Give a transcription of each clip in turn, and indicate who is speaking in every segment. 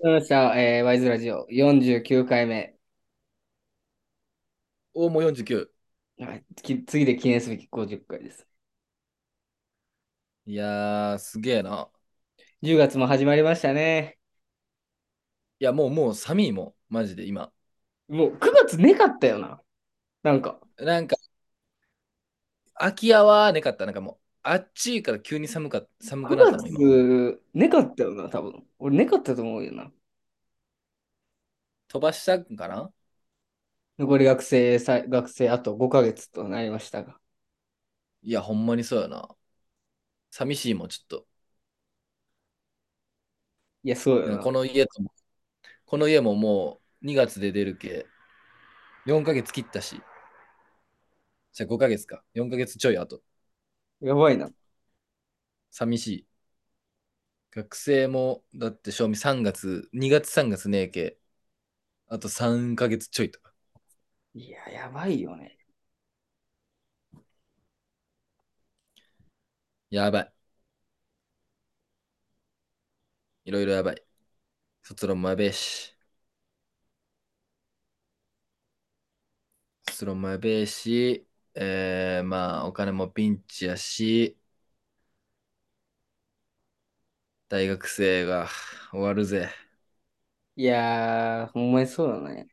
Speaker 1: うん、さあ、えー、ワイズラジオ49回目。
Speaker 2: お、もう49。
Speaker 1: はいき次で記念すべき50回です。
Speaker 2: いやー、すげえな。
Speaker 1: 10月も始まりましたね。
Speaker 2: いや、もう、もう、寒いもん、マジで、今。
Speaker 1: もう9月ねかったよな。なんか、
Speaker 2: なんか、秋やわーねかった。なんかもう、あっちいから急に寒かっ、寒くな
Speaker 1: 9
Speaker 2: ったもん、今。
Speaker 1: 月ねかったよな、多分。俺ねかったと思うよな。
Speaker 2: 飛ばしたんかな
Speaker 1: 残り学生さ、学生あと5ヶ月となりましたが。
Speaker 2: いや、ほんまにそうやな。寂しいもん、ちょっと。
Speaker 1: いや、そうよ
Speaker 2: なんか
Speaker 1: な。
Speaker 2: この家とも、この家ももう2月で出るけ、4ヶ月切ったし、じゃあ5ヶ月か。4ヶ月ちょい後。
Speaker 1: やばいな。
Speaker 2: 寂しい。学生も、だって、正味3月、2月3月ねえけ、あと3ヶ月ちょいとか。
Speaker 1: いや、やばいよね。
Speaker 2: やばい。いろいろやばい。卒論もやべえし、卒論もやべえし、えー、まあ、お金もピンチやし、大学生が終わるぜ。
Speaker 1: いやー、ほんまにそうだ ね。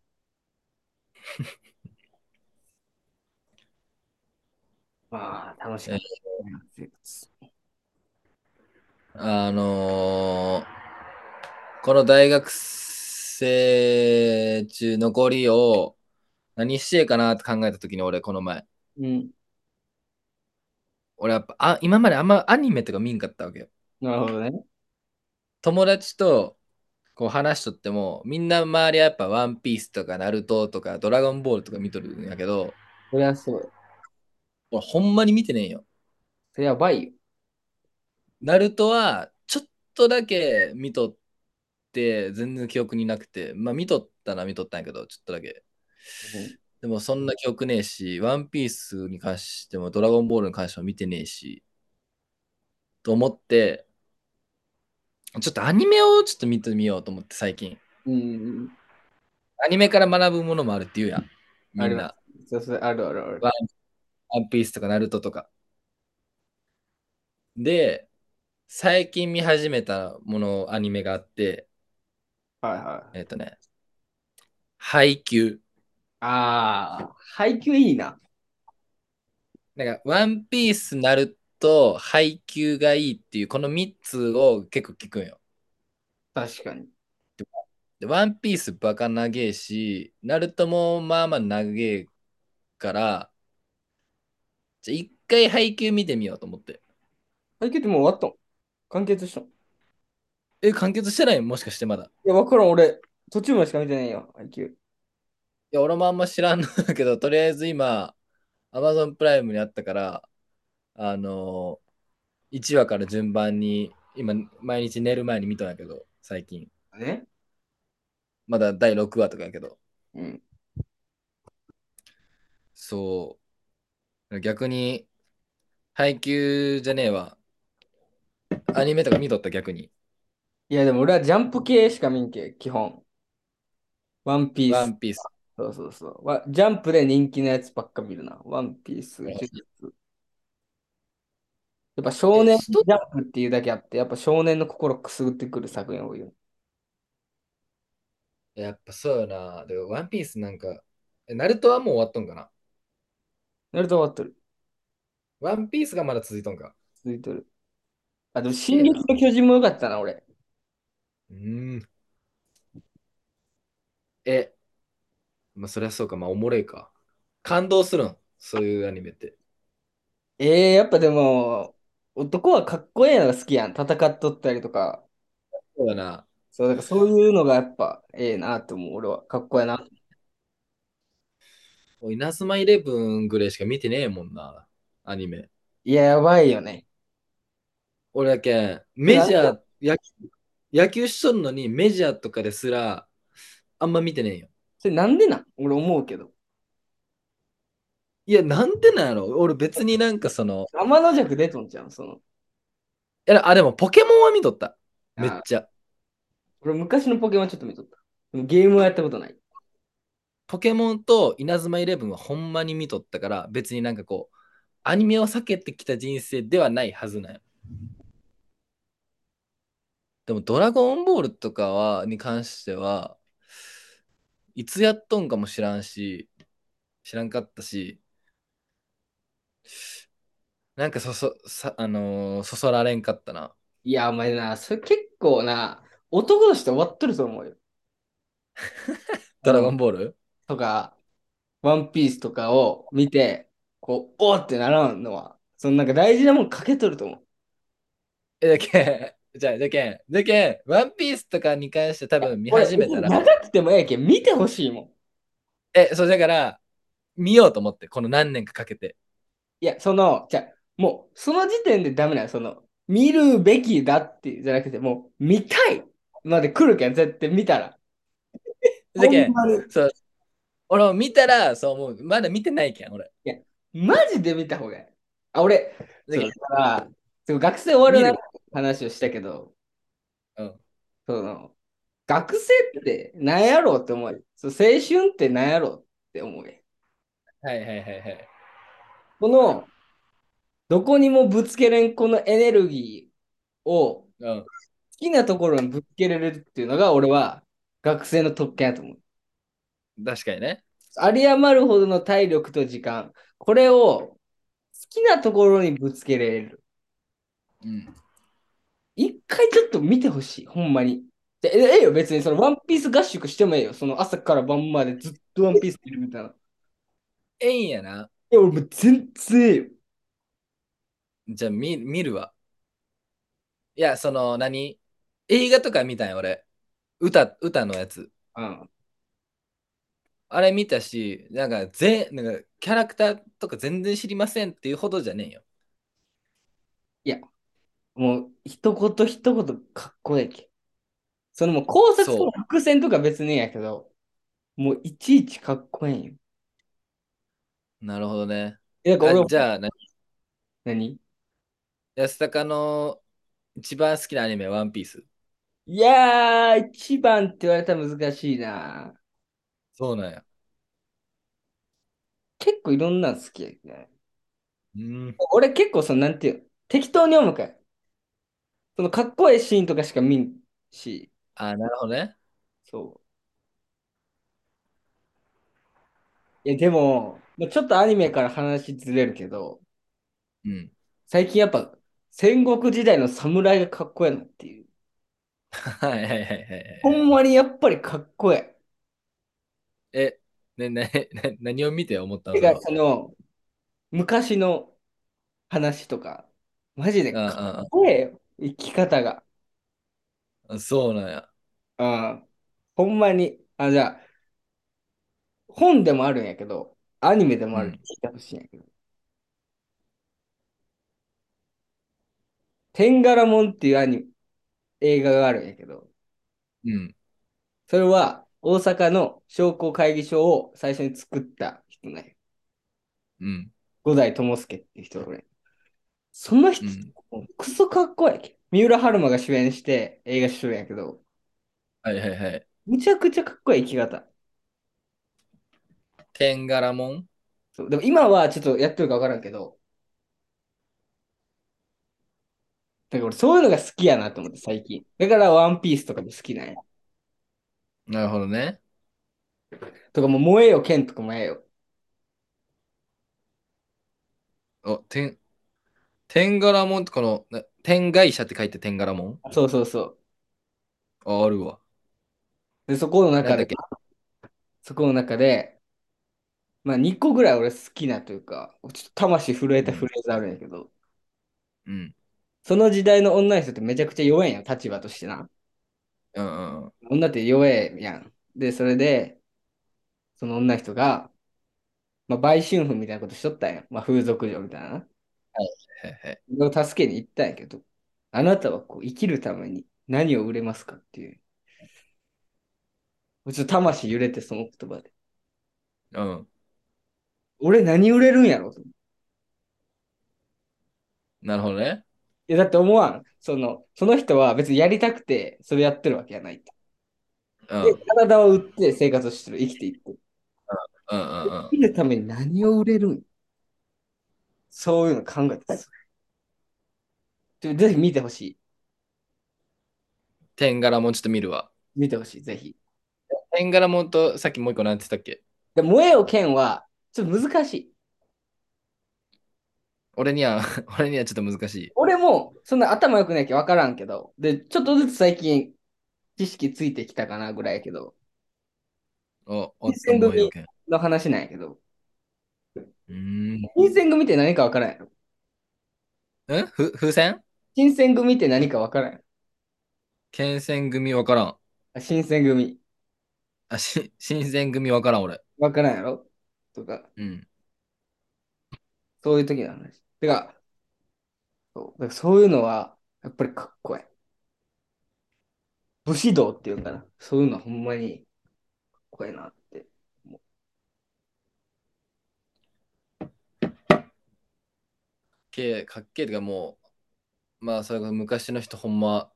Speaker 1: まあ、楽し
Speaker 2: え
Speaker 1: かった
Speaker 2: ー
Speaker 1: な生活。
Speaker 2: あのーこの大学生中残りを何してえかなって考えた時に俺、この前、
Speaker 1: うん。
Speaker 2: 俺やっぱ、あ、今まであんまアニメとか見んかったわけよ。
Speaker 1: なるほどね。
Speaker 2: 友達とこう話しとっても、みんな周りはやっぱワンピースとかナルトとかドラゴンボールとか見とるんやけど、
Speaker 1: そりゃそうよ。
Speaker 2: 俺ほんまに見てねえよ。
Speaker 1: それやばいよ。
Speaker 2: ナルトはちょっとだけ見とって全然記憶になくて、まあ見とったな見とったんやけど、ちょっとだけ。
Speaker 1: うん
Speaker 2: でもそんな記憶ねえし、ワンピースに関してもドラゴンボールに関しても見てねえし、と思って、ちょっとアニメをちょっと見てみようと思って最近。
Speaker 1: うんうん
Speaker 2: アニメから学ぶものもあるって言うやん。
Speaker 1: うん。あ
Speaker 2: み
Speaker 1: り
Speaker 2: ん
Speaker 1: ます。
Speaker 2: な。
Speaker 1: そうそう、あるあるある。
Speaker 2: ワンワンピースとかナルトとか。で、最近見始めたもの、アニメがあって、
Speaker 1: はいはい。
Speaker 2: えっとね、ハイキュー。
Speaker 1: ああ、配給いいな。
Speaker 2: なんか、ワンピース、ナルト、配給がいいっていう、この3つを結構聞くんよ。
Speaker 1: 確かに。
Speaker 2: で、ワンピースバカ長えし、ナルトもまあまあ長えから、じゃあ一回配給見てみようと思って。
Speaker 1: 配給ってもう終わったの完結したのい
Speaker 2: え、完結してないもしかしてまだ。い
Speaker 1: や、わからん、俺、途中までしか見てないよ、配給。
Speaker 2: や、俺もあんま知らんのだけど、とりあえず今、Amazon プライムにあったから、あのー、1話から順番に、今、毎日寝る前に見たんやけど、最近。
Speaker 1: ね
Speaker 2: まだ第6話とかやけど。
Speaker 1: うん。
Speaker 2: そう。逆に、配給じゃねえわ。アニメとか見とった逆に。
Speaker 1: いや、でも俺はジャンプ系しか見んけ、基本。ワンピー
Speaker 2: ワ
Speaker 1: ス。
Speaker 2: ンピース。
Speaker 1: そうそうそう。わジャンプで人気のやつばっか見るな。ワンピース、呪術。やっぱ少
Speaker 2: え、
Speaker 1: 年
Speaker 2: スト、
Speaker 1: ジャンプっていうだけあって、やっぱ少年の心くすぐってくる作品多いよ。
Speaker 2: やっぱそうよな。で、ワンピースなんか、えナルトはもう終わっとんかな。
Speaker 1: なると終わっとる。
Speaker 2: ワンピースがまだ続いとんか。
Speaker 1: 続いとる。あ、でも、
Speaker 2: すげ
Speaker 1: 進
Speaker 2: え
Speaker 1: 撃
Speaker 2: な。
Speaker 1: の巨人も良かったな、俺。
Speaker 2: うーん。え、まあそりゃそうか。まあおもれいか。感動するん。そういうアニメって。
Speaker 1: ええやっぱでも、男はかっこええのが好きやん。戦っとったりとか。
Speaker 2: そうだな。
Speaker 1: そう、だからそういうのがやっぱええなと思う。俺はかっこええな。
Speaker 2: おい稲妻イレブンぐらいしか見てねえもんな。アニメ。
Speaker 1: いや、やばいよね。
Speaker 2: 俺だけん、
Speaker 1: だ
Speaker 2: メ
Speaker 1: からあ
Speaker 2: ジ
Speaker 1: れ
Speaker 2: ャー、野球、野球しとんのにメジャーとかですら、あんま見てねえよ。
Speaker 1: それなんでなん俺思うけど。
Speaker 2: いや、なんでなんやろ俺別になんかその、
Speaker 1: 天の弱出とんちゃうん、その。
Speaker 2: いやあ、でもポケモンは見とった。めっ
Speaker 1: あ
Speaker 2: ちゃ。
Speaker 1: 俺昔のポケモンちょっと見とった。でもゲームはやったことない。
Speaker 2: ポケモンと稲妻イレブンはほんまに見とったから、別になんかこう、アニメを避けてきた人生ではないはずなんよでも、ドラゴンボールとかは、に関しては、いつやっとんかも知らんし、知らんかったし、なんかそそ、さ、あのーそそられんかったな。
Speaker 1: いや、お前な、それ結構な、男として終わっとると思うよ。あ
Speaker 2: ドラゴン
Speaker 1: の、
Speaker 2: ボール
Speaker 1: とか、ワンピースとかを見て、こう、おーってならんのは、そのなんか大事なもんかけとると思う。
Speaker 2: え、だけん、じゃあ、だけん、だけん、ワンピースとかに関して多分見
Speaker 1: 俺、
Speaker 2: 始
Speaker 1: 別
Speaker 2: めた
Speaker 1: に
Speaker 2: ら、
Speaker 1: 長くてもええけん、見てほしいもん。
Speaker 2: え、そうだから、見ようと思って、この何年かかけて。
Speaker 1: いや、その、じゃあ、もう、その時点でダメなの、その、見るべきだっていうじゃなくて、もう、見たいまで来るけん、絶対見たら。
Speaker 2: じゃ
Speaker 1: ほん
Speaker 2: けん、
Speaker 1: まに。い
Speaker 2: そう、俺も見たら、そう思う。まだ見てないけん、俺。
Speaker 1: や、マジで見た方がいい。あ、俺、
Speaker 2: じゃ
Speaker 1: そう、
Speaker 2: けん、
Speaker 1: だから、そう学生終わる
Speaker 2: 見
Speaker 1: な
Speaker 2: る
Speaker 1: って
Speaker 2: わ。
Speaker 1: 話をしたけど、
Speaker 2: うん。
Speaker 1: その、学生ってなんやろうって思うよ。そう、青春ってなんやろうって思うよ。
Speaker 2: はいはいはいはい。
Speaker 1: この、どこにもぶつけれんこのエネルギーを好
Speaker 2: うん。
Speaker 1: きなところにぶつけれるっていうのが、俺は学生の特権やと思う。
Speaker 2: 確かにね。
Speaker 1: 有り余るほどの体力と時間、これを好きなところにぶつけれる。
Speaker 2: うん。
Speaker 1: 一回ちょっと見てほしい、ほんまに。でえ、ええよ、別にそのワンピース合宿してもええよ。その朝から晩までずっとワンピース見るみたいな。
Speaker 2: ええんやな。
Speaker 1: え、俺もう全然ええよ。
Speaker 2: じゃあ見、見るわ。いや、その、何映画とか見たんや、俺。歌、歌のやつ。
Speaker 1: うん。
Speaker 2: あれ見たし、なんか、ぜ、なんか、キャラクターとか全然知りませんっていうほどじゃねえんよ。
Speaker 1: いや、もう一言一言かっこええけ。そのもう考察と
Speaker 2: そ
Speaker 1: か伏線とか別にええんやけど、もういちいちかっこええんよ。
Speaker 2: う。なるほどね。
Speaker 1: え、なんか
Speaker 2: あ、
Speaker 1: 俺も、
Speaker 2: じゃあ、な
Speaker 1: 何
Speaker 2: 安坂の一番好きなアニメ、ワンピース。
Speaker 1: いやー、一番って言われたら難しいな。
Speaker 2: そうなんや。
Speaker 1: 結構いろんなの好きやけどね。
Speaker 2: うん。
Speaker 1: 俺結構その、なんていうの、適当に読むから。そのかっこいいシーンとかしか見んし、
Speaker 2: あ、なるほどね。
Speaker 1: そう。いや、でも、まあちょっとアニメから話ずれるけど、
Speaker 2: うん。
Speaker 1: 最近やっぱ戦国時代の侍がかっこええなっていう。
Speaker 2: はいはいはいはいはいは
Speaker 1: ほん
Speaker 2: い。
Speaker 1: まにやっぱりかっこえ
Speaker 2: え、ね、 な、な、何を見て思った
Speaker 1: え。
Speaker 2: の
Speaker 1: て
Speaker 2: それ
Speaker 1: か、
Speaker 2: は。
Speaker 1: その、昔の話とか、マジで
Speaker 2: うんう
Speaker 1: かっ
Speaker 2: ん
Speaker 1: こええよ。生き方が。
Speaker 2: うん。そうなんや。
Speaker 1: うん。ほんまに。あ、じゃあ、本でもあるんやけど、アニメでも
Speaker 2: う
Speaker 1: ある。
Speaker 2: ん。
Speaker 1: 聞いてほしいんやけど。テンガラモンっていうアニメ、映画があるんやけど、
Speaker 2: うん。
Speaker 1: それは大阪の商工会議所を最初に作った人ね。
Speaker 2: うん。
Speaker 1: 五代友介っていう人がおるんやその
Speaker 2: う
Speaker 1: 人、
Speaker 2: ん。
Speaker 1: もうクソかっこええけ。三浦春馬が主演して映画主演やけど、
Speaker 2: はいはいはい。
Speaker 1: むちゃくちゃかっこいい生き方。
Speaker 2: テンガラモン
Speaker 1: そう、でも今はちょっとやってるかわからんけど、だから俺そういうのが好きやなと思って最近。だからワンピースとかも好きなんや。
Speaker 2: なるほどね。
Speaker 1: とかもう燃えよ剣とかもええよ。
Speaker 2: お、テン、テンガラモンってこの、な天外社って書いてテンガラモン
Speaker 1: そうそうそう。
Speaker 2: あ、あるわ。
Speaker 1: で、そこの
Speaker 2: なん
Speaker 1: 中
Speaker 2: だっ
Speaker 1: で、
Speaker 2: け
Speaker 1: そこの中で、まあ2個ぐらい俺好きなというか、ちょっと魂震え
Speaker 2: う
Speaker 1: たフ
Speaker 2: ん。
Speaker 1: レーズあるんやけど、
Speaker 2: うん。
Speaker 1: その時代の女の人ってめちゃくちゃ弱いんやん、立場としてな。
Speaker 2: うんうんうん。
Speaker 1: 女って弱いやん。で、それで、その女の人が、まあ、売春婦みたいなことしとったんや。まあ、風俗嬢みたいな。
Speaker 2: はいはいはい。
Speaker 1: それを助けに行ったんやけど、あなたはこう生きるために何を売れますかっていう。ちょっと魂揺れて、その言葉で。
Speaker 2: うん。
Speaker 1: 俺何売れるんやろと思って
Speaker 2: なるほどね。
Speaker 1: や、だって思わん。その、その人は別にやりたくて、それやってるわけじゃないと。
Speaker 2: うん。
Speaker 1: で、体を売って生活をしてる、生きていく。
Speaker 2: うんうんう
Speaker 1: 生。
Speaker 2: ん
Speaker 1: きるために何を売れるんそういうの考えてます。でぜひ見てほしい。
Speaker 2: 天柄もちょっと見るわ。
Speaker 1: 見てほしい、ぜひ。
Speaker 2: 天柄もと、さっきもう一個なんて言ったっけ
Speaker 1: で、萌えよ剣は、ちょっと難しい。
Speaker 2: 俺には、 俺にはちょっと難しい。
Speaker 1: 俺も、そんな頭良くないけ分からんけど、で、ちょっとずつ最近、知識ついてきたかなぐらいやけど、
Speaker 2: お、おっと、
Speaker 1: 戦
Speaker 2: も
Speaker 1: 組
Speaker 2: うよけん。う
Speaker 1: の話なんやけど、
Speaker 2: ーん。
Speaker 1: 新選組って何か分からんやろ。
Speaker 2: んふ風船
Speaker 1: 新選組って何か分からんやろ
Speaker 2: 剣戦組わからん。
Speaker 1: あ。新選組、
Speaker 2: あ、し、新選組わからん、俺。
Speaker 1: 分からんやろとか、
Speaker 2: うん。
Speaker 1: そういう時の話。てか、そうだからそういうのは、やっぱりかっこいい。武士道っていうんかな。そういうのはほんまに、かっこいいなって。
Speaker 2: けかっけえとかもう、まあ、それこそ昔の人ほんま、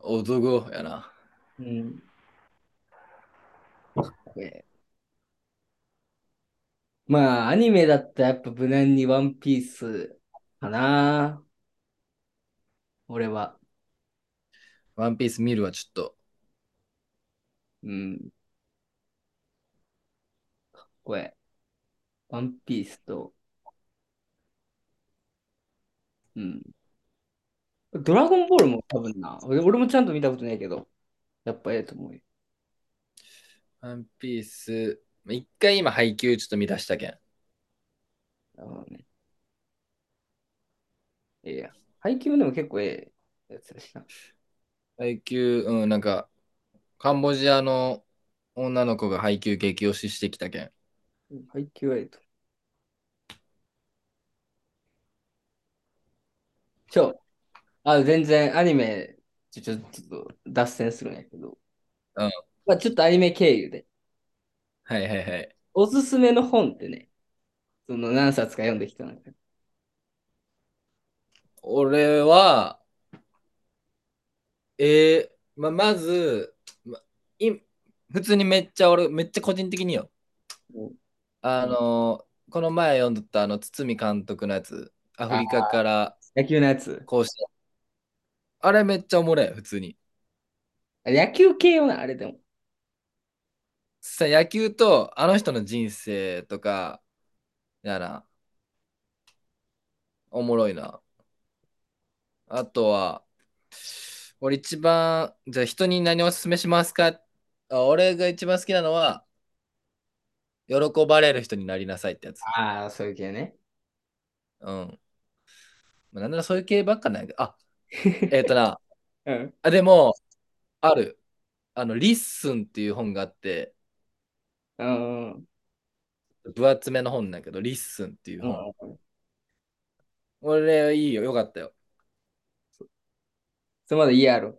Speaker 2: 男やな。
Speaker 1: うん。かっこいいまあ、アニメだったらやっぱ無難にワンピースかな。俺は。
Speaker 2: ワンピース見るわ、ちょっと。
Speaker 1: うん。かっこいい。ワンピースと、うん。ドラゴンボールも多分な、俺俺もちゃんと見たことないけど、やっぱええと思うよ。
Speaker 2: ワンピース、まあ一回今配給ちょっと見出したけん。
Speaker 1: なるほどね。ええやん。配給でも結構ええやつだしな。
Speaker 2: 配給、うん、なんか、カンボジアの女の子が配給激推ししてきたけん。
Speaker 1: うん配給はええと。ちょ、あ、全然アニメ、ちょ、ちょ、ちょっと脱線するんやけど。
Speaker 2: うん
Speaker 1: まあ、ちょっとアニメ経由で。
Speaker 2: はいはいはい。
Speaker 1: おすすめの本ってね、その何冊か読んできたの。
Speaker 2: 俺は、えーま、まず、ま、い普通にめっちゃ俺、めっちゃ個人的によ
Speaker 1: うん。
Speaker 2: あのーこの前読んどったあの、堤監督のやつ、アフリカから
Speaker 1: 野球のやつ。
Speaker 2: こうして。あれめっちゃおもろい、普通に。
Speaker 1: あ野球系よな、あれでも。
Speaker 2: さ、野球とあの人の人生とか、やな。おもろいな。あとは、俺一番、じゃあ人に何をおすすめしますかあ俺が一番好きなのは、喜ばれる人になりなさいってやつ。
Speaker 1: ああ、そういう系ね。
Speaker 2: うん。まあなんならそういう系ばっかなんやけど、あ、えっとな、
Speaker 1: うん。
Speaker 2: あ、でも、ある。あの、リッスンっていう本があって、
Speaker 1: うん。
Speaker 2: 分厚めの本なんやけど、リッスンっていう本。
Speaker 1: うん
Speaker 2: 俺、いいよ、よかったよ。
Speaker 1: それまだ家ある。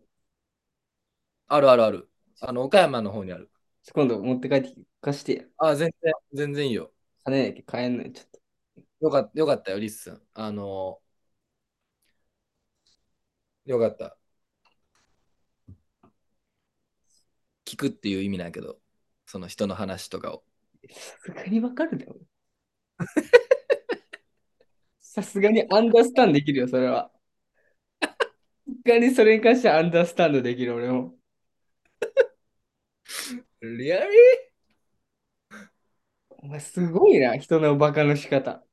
Speaker 2: あるあるある。あの、岡山の方にある。
Speaker 1: 今度持って帰ってきて貸してや。
Speaker 2: あ、全然、全然いいよ。
Speaker 1: 金やけど買えんのよ、ちょっと。
Speaker 2: よかった、よかったよ、リッスン。あのよかった。聞くっていう意味なんやけど、その人の話とかを。
Speaker 1: さすがにわかるだろ。さすがにアンダースタンドできるよ、それは。さすがにそれに関してはアンダースタンドできる、俺も。
Speaker 2: リアル
Speaker 1: お前すごいな、人のバカの仕方。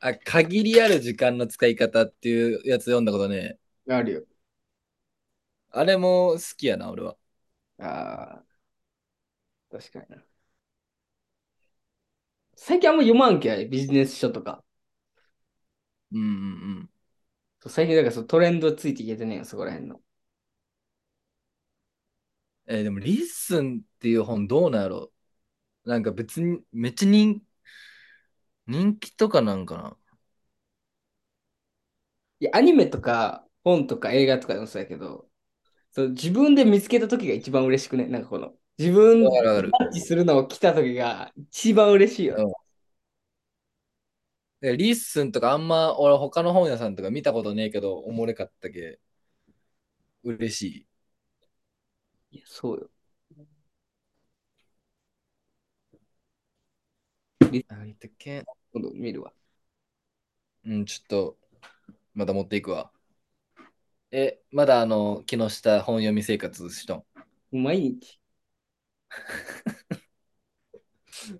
Speaker 2: あ、限りある時間の使い方っていうやつ読んだことね。
Speaker 1: あるよ。
Speaker 2: あれも好きやな、俺は。
Speaker 1: ああ、確かにな。最近あんま読まんけや、ビジネス書とか。
Speaker 2: うんうん
Speaker 1: そう最近だからそのトレンドついていけてねえよ、そこら辺の。
Speaker 2: うん。えーでも、リッスンっていう本どうなんやろうなんか別に、めっちゃ人、人気とかなんかない
Speaker 1: や、アニメとか本とか映画とかでもそうやけど、そう自分で見つけた時が一番嬉しくね。なんかこの、自分
Speaker 2: わかるわかる。
Speaker 1: タッチするのを来た時が一番嬉しいよ。
Speaker 2: でリッスンとかあんま俺他の本屋さんとか見たことねえけど、おもれかったけ、嬉しい。
Speaker 1: いや、そうよ。リ
Speaker 2: ありたけん。
Speaker 1: 今度見るわ。
Speaker 2: うん、ちょっと、また持っていくわ。え、まだあの、木下本読み生活しとん。
Speaker 1: 毎日。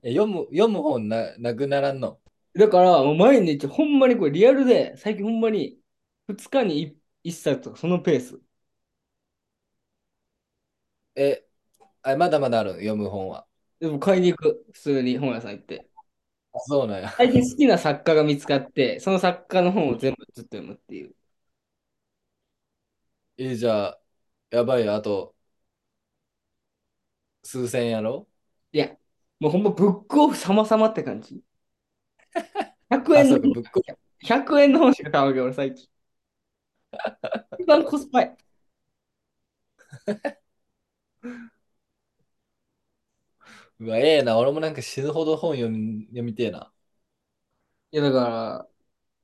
Speaker 2: え、読む、読む本な、なくならんの。
Speaker 1: だから、もう毎日、ほんまにこれリアルで、最近ほんまに、2日に 1, 冊とか、そのペース。
Speaker 2: え、あ、まだまだある、読む本は。
Speaker 1: でも買いに行く、普通に本屋さん行って。
Speaker 2: あそうなんや。
Speaker 1: 最近好きな作家が見つかって、その作家の本を全部ずっと読むっていう。
Speaker 2: え、じゃあ、やばいよ、あと、数千やろ
Speaker 1: いや、もうほんまブックオフ様々って感 じ。100
Speaker 2: あ、
Speaker 1: 円
Speaker 2: そ
Speaker 1: の
Speaker 2: うか、
Speaker 1: 本、
Speaker 2: ぶっこ、
Speaker 1: 100円の本しか買わんけど、俺最近。一番コスパい。
Speaker 2: うわ、ええな、俺もなんか死ぬほど本読み、読みてえな。
Speaker 1: いや、だか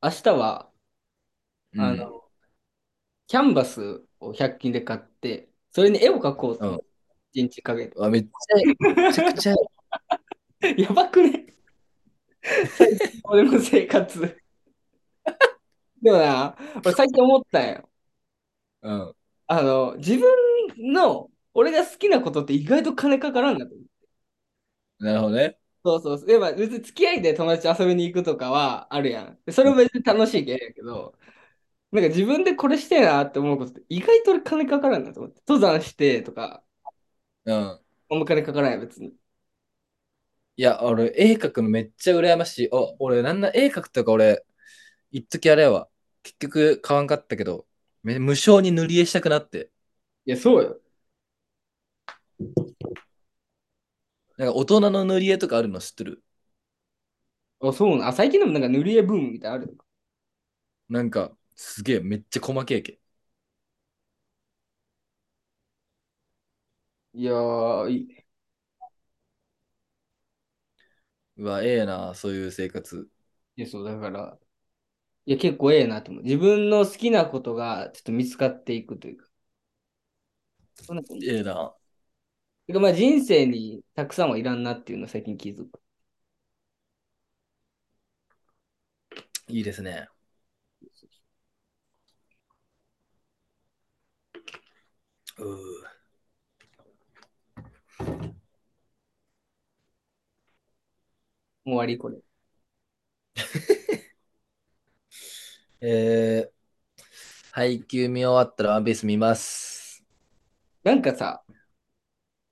Speaker 1: ら、明日は、
Speaker 2: う
Speaker 1: あ
Speaker 2: ん。
Speaker 1: の、キャンバスを100均で買って、それに絵を描こう
Speaker 2: う
Speaker 1: と
Speaker 2: ん。
Speaker 1: 思う。1日かけて。
Speaker 2: うわ、めっちゃええ、めちゃくちゃえ え。
Speaker 1: やばくね最近俺の生活。でもな、俺最近思ったんよ。
Speaker 2: うん。
Speaker 1: あの、自分の、俺が好きなことって意外と金かからんなと思う。
Speaker 2: なるほどね。
Speaker 1: そうそうそう。でまあ別に付き合いで友達と遊びに行くとかはあるやん。でそれも別に楽しいけんやけど、なんか自分でこれしてえなって思うことって意外と俺金かからんなと思って。登山してとか、
Speaker 2: うん。
Speaker 1: あんま金かからんやん、別に。
Speaker 2: いや、俺、絵描くのめっちゃ羨ましい。お、俺、なんな、絵描くとか俺、一時あれやわ。結局、買わんかったけど、め無性に塗り絵したくなって。
Speaker 1: いや、そうよ。
Speaker 2: なんか、大人の塗り絵とかあるの知ってる
Speaker 1: あ、そうな。あ、最近でもなんか塗り絵ブームみたいなのあるよ。
Speaker 2: なんか、すげえ、めっちゃ細けえけ。
Speaker 1: いやー、いいね。
Speaker 2: うわ、ええな、そういう生活。
Speaker 1: いや、そう、だから、いや、結構ええなと思う。自分の好きなことがちょっと見つかっていくというか。そんなこと
Speaker 2: ええな。
Speaker 1: てかまあ人生にたくさんはいらんなっていうのを最近気づく。
Speaker 2: いいですね。うー
Speaker 1: もう終わりこれ。
Speaker 2: えー、配給見終わったらワンピース見ます。
Speaker 1: なんかさ、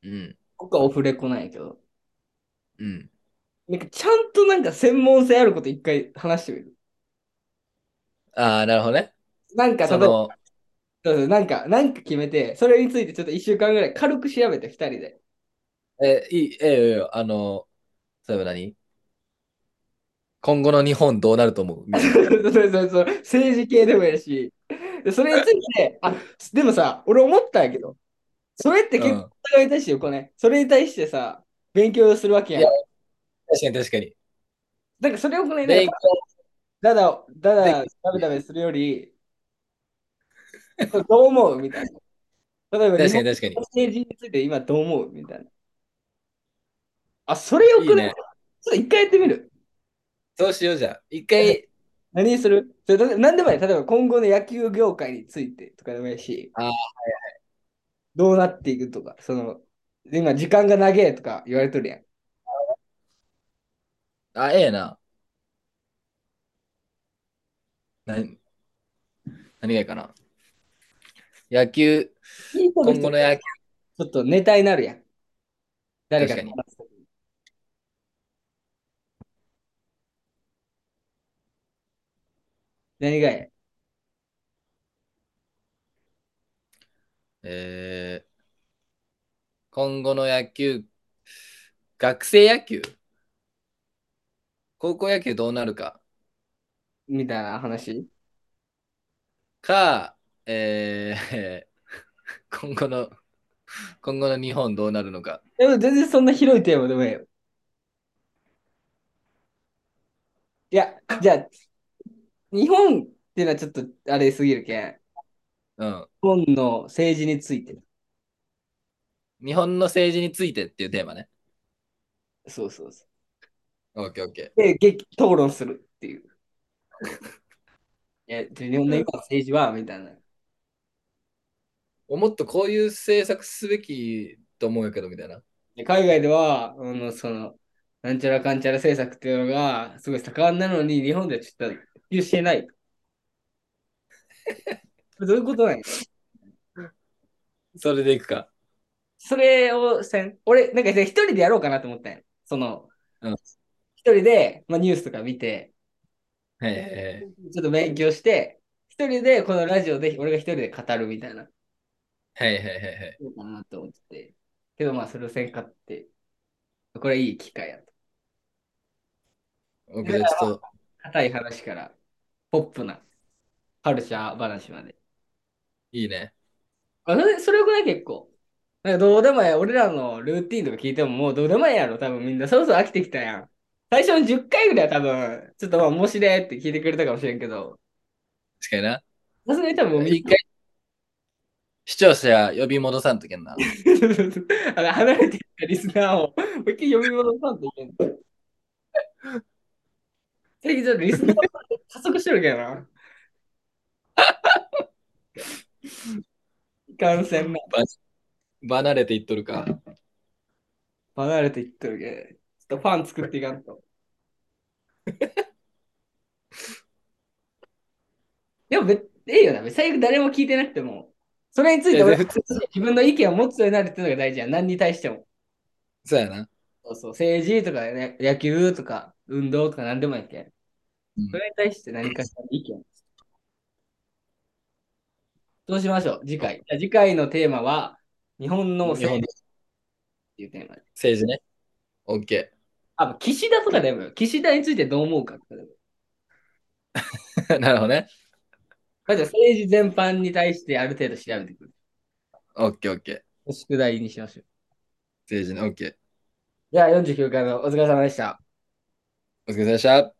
Speaker 2: うん、
Speaker 1: 僕はオフレコなんやけど、
Speaker 2: うん。
Speaker 1: なんかちゃんとなんか専門性あること一回話してみる。
Speaker 2: ああ、なるほどね。
Speaker 1: なんか例
Speaker 2: そ
Speaker 1: えば、
Speaker 2: の、
Speaker 1: そうそうなんか、なんか決めて、それについてちょっと一週間ぐらい軽く調べて二人で。
Speaker 2: え、いい、ええええあの、例えば何今後の日本どうなると思うみた いな。
Speaker 1: そうそうそう、政治系でもいいし。でそれについて、あ、でもさ、俺思ったんやけど、それって
Speaker 2: う
Speaker 1: 結構
Speaker 2: ん。
Speaker 1: お互いに対してよ、こうね、それに対してさ、勉強するわけ
Speaker 2: い
Speaker 1: や
Speaker 2: や、
Speaker 1: ん。
Speaker 2: 確かに確かに。
Speaker 1: なんかそれをこれ、なん
Speaker 2: 勉
Speaker 1: か、
Speaker 2: 強
Speaker 1: だだ、だ
Speaker 2: で
Speaker 1: だ、ダメダメするより、これどう思うみたいな。例えば日
Speaker 2: 確か
Speaker 1: 本
Speaker 2: に確か
Speaker 1: の
Speaker 2: に。
Speaker 1: 政治について今どう思うみたいな。あ、それよ
Speaker 2: いい
Speaker 1: くない
Speaker 2: ね。
Speaker 1: ちょっと一回やってみる。
Speaker 2: そうしようじゃあ。一回、
Speaker 1: 何するそれ例えば何でもいい。例えば今後の野球業界についてとかでもいいし、
Speaker 2: あー、
Speaker 1: どうなっていくとか、その、今時間が長えとか言われとるやん。
Speaker 2: あ、ええな。何、何がいいかな。野球、
Speaker 1: 聞いてる
Speaker 2: 今
Speaker 1: 人
Speaker 2: 後
Speaker 1: ち
Speaker 2: の野球、
Speaker 1: ょっとネタになるやん。誰
Speaker 2: 確
Speaker 1: か
Speaker 2: か
Speaker 1: と
Speaker 2: に。
Speaker 1: 話すときに。何がええ
Speaker 2: えー、今後の野球、学生野球、高校野球どうなるか。
Speaker 1: みたいな話。
Speaker 2: か、えー、 今後の、今後の日本どうなるのか。
Speaker 1: でも全然そんな広いテーマでもええよ。いや、じゃあ、日本っていうのはちょっとあれすぎるけん。
Speaker 2: うん。
Speaker 1: 日本の政治について。
Speaker 2: 日本の政治についてっていうテーマね。
Speaker 1: そうそうそ
Speaker 2: オッケーオッケ
Speaker 1: う。で、激討論するっていう。いや、日本の今の政治は、みたいな。
Speaker 2: ー。もっとこういう政策すべきと思うんやけど、みたいな。
Speaker 1: で海外では、あの、その、なんちゃらかんちゃら政策っていうのが、すごい盛んなのに、日本ではちょっと普及してない。 これどういうことなんや
Speaker 2: それでいくか。
Speaker 1: それをせん、俺、なんか一人でやろうかなと思ったんや。その、
Speaker 2: うん
Speaker 1: 一人で、まあ、ニュースとか見て、
Speaker 2: はいはいはい。
Speaker 1: ちょっと勉強して、一人でこのラジオで俺が一人で語るみたいな。
Speaker 2: はいはいはいはい。
Speaker 1: そうかなと思ってて。けどまあそれをせんかって。これいい機会やと。
Speaker 2: オッケーじゃあちょっと、
Speaker 1: 硬い話からポップなカルチャー話まで。
Speaker 2: いいね。
Speaker 1: あそれそれぐらい結構。なんかどうでもええ。俺らのルーティンとか聞いてももうどうでもええやろ。多分みんなそろそろ飽きてきたやん。最初の10回ぐらいは多分、ちょっとまあ面白いって聞いてくれたかもしれんけど、
Speaker 2: 確かにな。
Speaker 1: さすがに多分もうみんな
Speaker 2: 一回、視聴者呼び戻さんとけんな。
Speaker 1: あの離れていったリスナーをもう一回呼び戻さんといけんの。最近ちょっとリスナーを加速してるけどな。 いかんせんな。
Speaker 2: 離れていっとるか。
Speaker 1: 離れていっとるけん。ちょっとファン作っていかん と。でも別、ええよな。別に最悪誰も聞いてなくても。それについて俺
Speaker 2: いや普通
Speaker 1: 自分の意見を持つようになるっていうのが大事やん。何に対しても。
Speaker 2: そうやな。
Speaker 1: そうそう、政治とか、ね、野球とか、運動とか何でもやけん。
Speaker 2: うん
Speaker 1: それに対して何かしらの意見。どうしましょう次回。じゃあ次回のテーマは、日本の
Speaker 2: 日
Speaker 1: 政
Speaker 2: 本の
Speaker 1: 治っていうテーマで。
Speaker 2: 政治ね。オッケ
Speaker 1: あ、岸田とかでもよ、岸田についてどう思うかとかでも。
Speaker 2: ー。 なるほどね。
Speaker 1: まず政治全般に対してある程度調べてくる。
Speaker 2: オッケーオッケー。
Speaker 1: 宿題にしましょう。
Speaker 2: 政治ね。オッケー。
Speaker 1: じゃあ49回のお疲れ様でした。
Speaker 2: お疲れ様でした。